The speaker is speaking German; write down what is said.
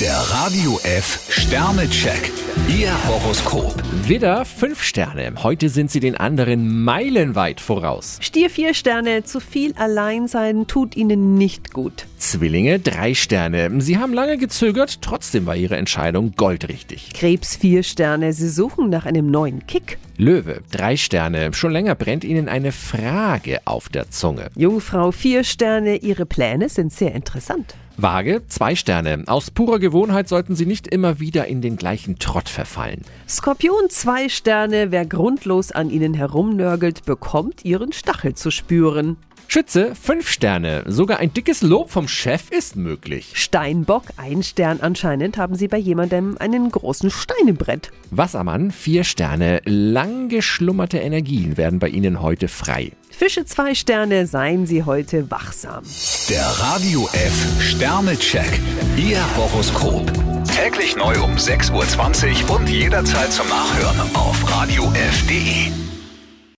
Der Radio F Sternecheck. Ihr Horoskop. Widder, 5 Sterne. Heute sind sie den anderen meilenweit voraus. Stier vier Sterne, zu viel Alleinsein tut Ihnen nicht gut. Zwillinge, 3 Sterne. Sie haben lange gezögert, trotzdem war ihre Entscheidung goldrichtig. Krebs vier Sterne, Sie suchen nach einem neuen Kick. Löwe, 3 Sterne. Schon länger brennt ihnen eine Frage auf der Zunge. Jungfrau vier Sterne, Ihre Pläne sind sehr interessant. Waage, 2 Sterne. Aus purer Gewohnheit sollten sie nicht immer wieder in den gleichen Trott verfallen. Skorpion zwei Sterne, wer grundlos an Ihnen herumnörgelt, bekommt Ihren Stachel zu spüren. Schütze, 5 Sterne. Sogar ein dickes Lob vom Chef ist möglich. Steinbock ein Stern, anscheinend haben Sie bei jemandem einen großen Stein im Brett. Wassermann, 4 Sterne. Lang geschlummerte Energien werden bei ihnen heute frei. Fische zwei Sterne, seien Sie heute wachsam. Der Radio F Sternecheck. Ihr Horoskop. Täglich neu um 6.20 Uhr und jederzeit zum Nachhören auf Radio radiof.de.